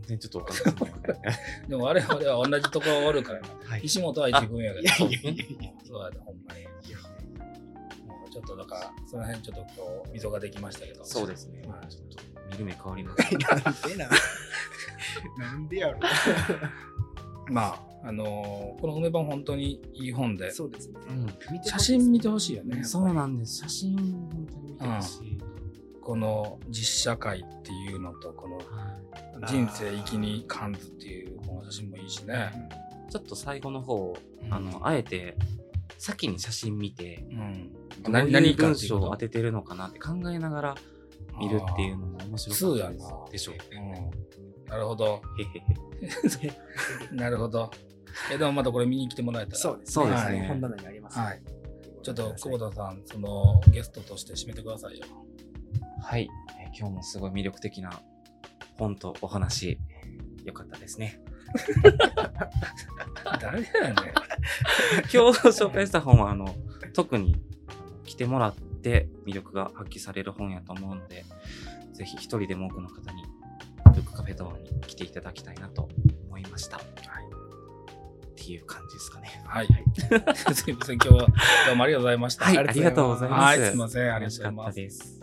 Speaker 3: 全然ちょっとわかん ない。
Speaker 2: ど。でも我々は同じところおるからな、
Speaker 3: はい
Speaker 2: 石本は一軍やけど。
Speaker 1: あいやいやいやいや
Speaker 2: そうやで、ほんまに。もうちょっとだから、その辺ちょっとこう、溝ができましたけど。
Speaker 3: そうですね。
Speaker 2: はい
Speaker 3: ちょっと見る目変わります。
Speaker 1: なんでななんでやろ
Speaker 2: まあ、あのーこの梅版本当にいい本で、
Speaker 1: そうですね、
Speaker 3: うん
Speaker 1: 見て
Speaker 2: 写
Speaker 1: ほしいです
Speaker 2: 真見てほしいよね。
Speaker 3: そうなんです。写真、本当に見てほしい。
Speaker 2: この実社会っていうのと、この
Speaker 3: はい
Speaker 2: 人生生きに感ずっていうこの写真もいいしね。
Speaker 3: ちょっと最後の方、
Speaker 2: うん
Speaker 3: あの、あえて、先に写真見て、
Speaker 2: うん。
Speaker 3: どういう文章を当
Speaker 2: て
Speaker 3: ててるのかなって考えながら見るっていうのも
Speaker 2: あ
Speaker 3: 面白かったで
Speaker 2: ー
Speaker 3: す
Speaker 2: そうやな
Speaker 3: でしょうね。
Speaker 2: うんなるほど。
Speaker 3: へへへ
Speaker 2: なるほど。え、でもまたこれ見に来てもらえたら。
Speaker 1: そうです
Speaker 3: そう
Speaker 2: ですね
Speaker 1: はい本棚にあります、
Speaker 2: はい。ちょっと久保
Speaker 1: 田
Speaker 2: 田さん、そのゲストとして締めてくださいよ。
Speaker 3: はい、えー今日もすごい魅力的な本とお話、よかったですね。
Speaker 2: 誰やねん。
Speaker 3: 今日紹介した本は、あの、特にあの来てもらって魅力が発揮される本やと思うので、ぜひ一人でも多くの方に、ブックカフェドアに来ていただきたいなと思いました。はい。っていう感じですかね。
Speaker 2: はい。 すいません、今日はどうもありがとうございました。
Speaker 3: はい、
Speaker 1: あ
Speaker 3: あ
Speaker 1: り
Speaker 3: り
Speaker 1: がと
Speaker 3: がと
Speaker 1: う
Speaker 3: う
Speaker 1: ご
Speaker 3: ご
Speaker 1: ざ
Speaker 3: ざ
Speaker 2: い
Speaker 3: い
Speaker 2: ま
Speaker 3: ますす。
Speaker 2: はいすいませんありがとうございます
Speaker 3: 楽しかったです。